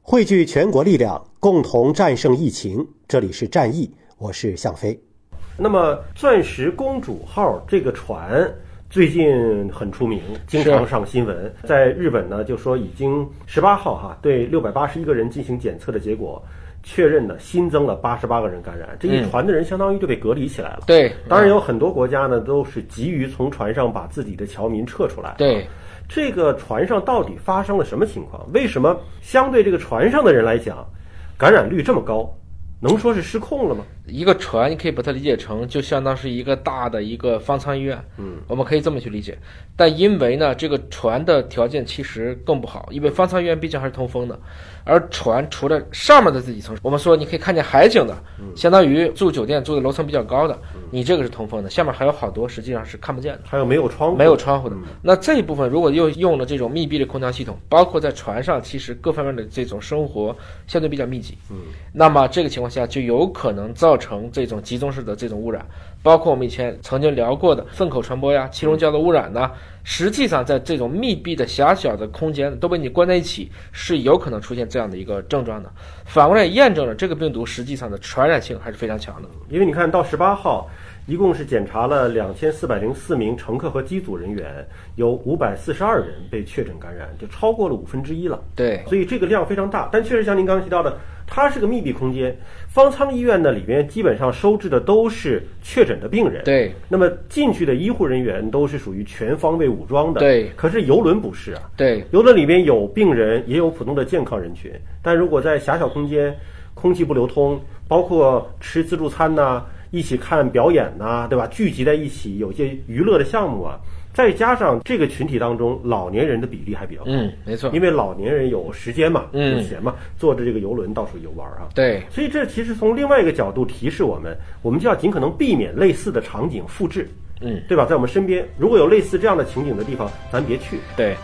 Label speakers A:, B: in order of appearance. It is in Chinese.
A: 汇聚全国力量，共同战胜疫情。这里是战役，我是向飞。
B: 那么，钻石公主号这个船最近很出名，经常上新闻。在日本呢，就说已经十八号哈，对六百八十一个人进行检测的结果，确认呢新增了八十八个人感染，这
A: 嗯
B: 一船的人相当于就被隔离起来了。
C: 对，
B: 当然有很多国家呢都是急于从船上把自己的侨民撤出来。
C: 对，
B: 这个船上到底发生了什么情况？为什么相对这个船上的人来讲，感染率这么高？能说是失控了吗？
C: 一个船，你可以把它理解成就相当是一个大的一个方舱医院，嗯，我们可以这么去理解。但因为呢，这个船的条件其实更不好，因为方舱医院毕竟还是通风的，而船除了上面的这几层，我们说你可以看见海景的，相当于住酒店住的楼层比较高的，你这个是通风的，下面还有好多实际上是看不见的。
B: 还有没有窗户？
C: 没有窗户的。那这一部分如果又用了这种密闭的空调系统，包括在船上，其实各方面的这种生活相对比较密集。嗯，那么这个情况下就有可能造成这种集中式的这种污染，包括我们以前曾经聊过的粪口传播呀、气溶胶的污染呐。实际上，在这种密闭的狭小的空间都被你关在一起，是有可能出现这样的一个症状的。反过来也验证了这个病毒实际上的传染性还是非常强的。
B: 因为你看到十八号，一共是检查了两千四百零四名乘客和机组人员，有五百四十二人被确诊感染，就超过了五分之一了。
C: 对，
B: 所以这个量非常大，但确实像您刚刚提到的，它是个密闭空间。方舱医院呢，里面基本上收治的都是确诊的病人。
C: 对，
B: 那么进去的医护人员都是属于全方位武装的。
C: 对
B: 可是游轮不是啊。
C: 对，
B: 游轮里边有病人，也有普通的健康人群。但如果在狭小空间，空气不流通，包括吃自助餐呐、一起看表演呐、对吧？聚集在一起，有些娱乐的项目啊，再加上这个群体当中老年人的比例还比较高，
C: 嗯，没错，
B: 因为老年人有时间嘛，
C: 嗯
B: 有钱嘛，坐着这个游轮到处游玩啊。
C: 对。
B: 所以这其实从另外一个角度提示我们，我们就要尽可能避免类似的场景复制，
C: 嗯，
B: 对吧？在我们身边，如果有类似这样的情景的地方，咱别去。
C: 对，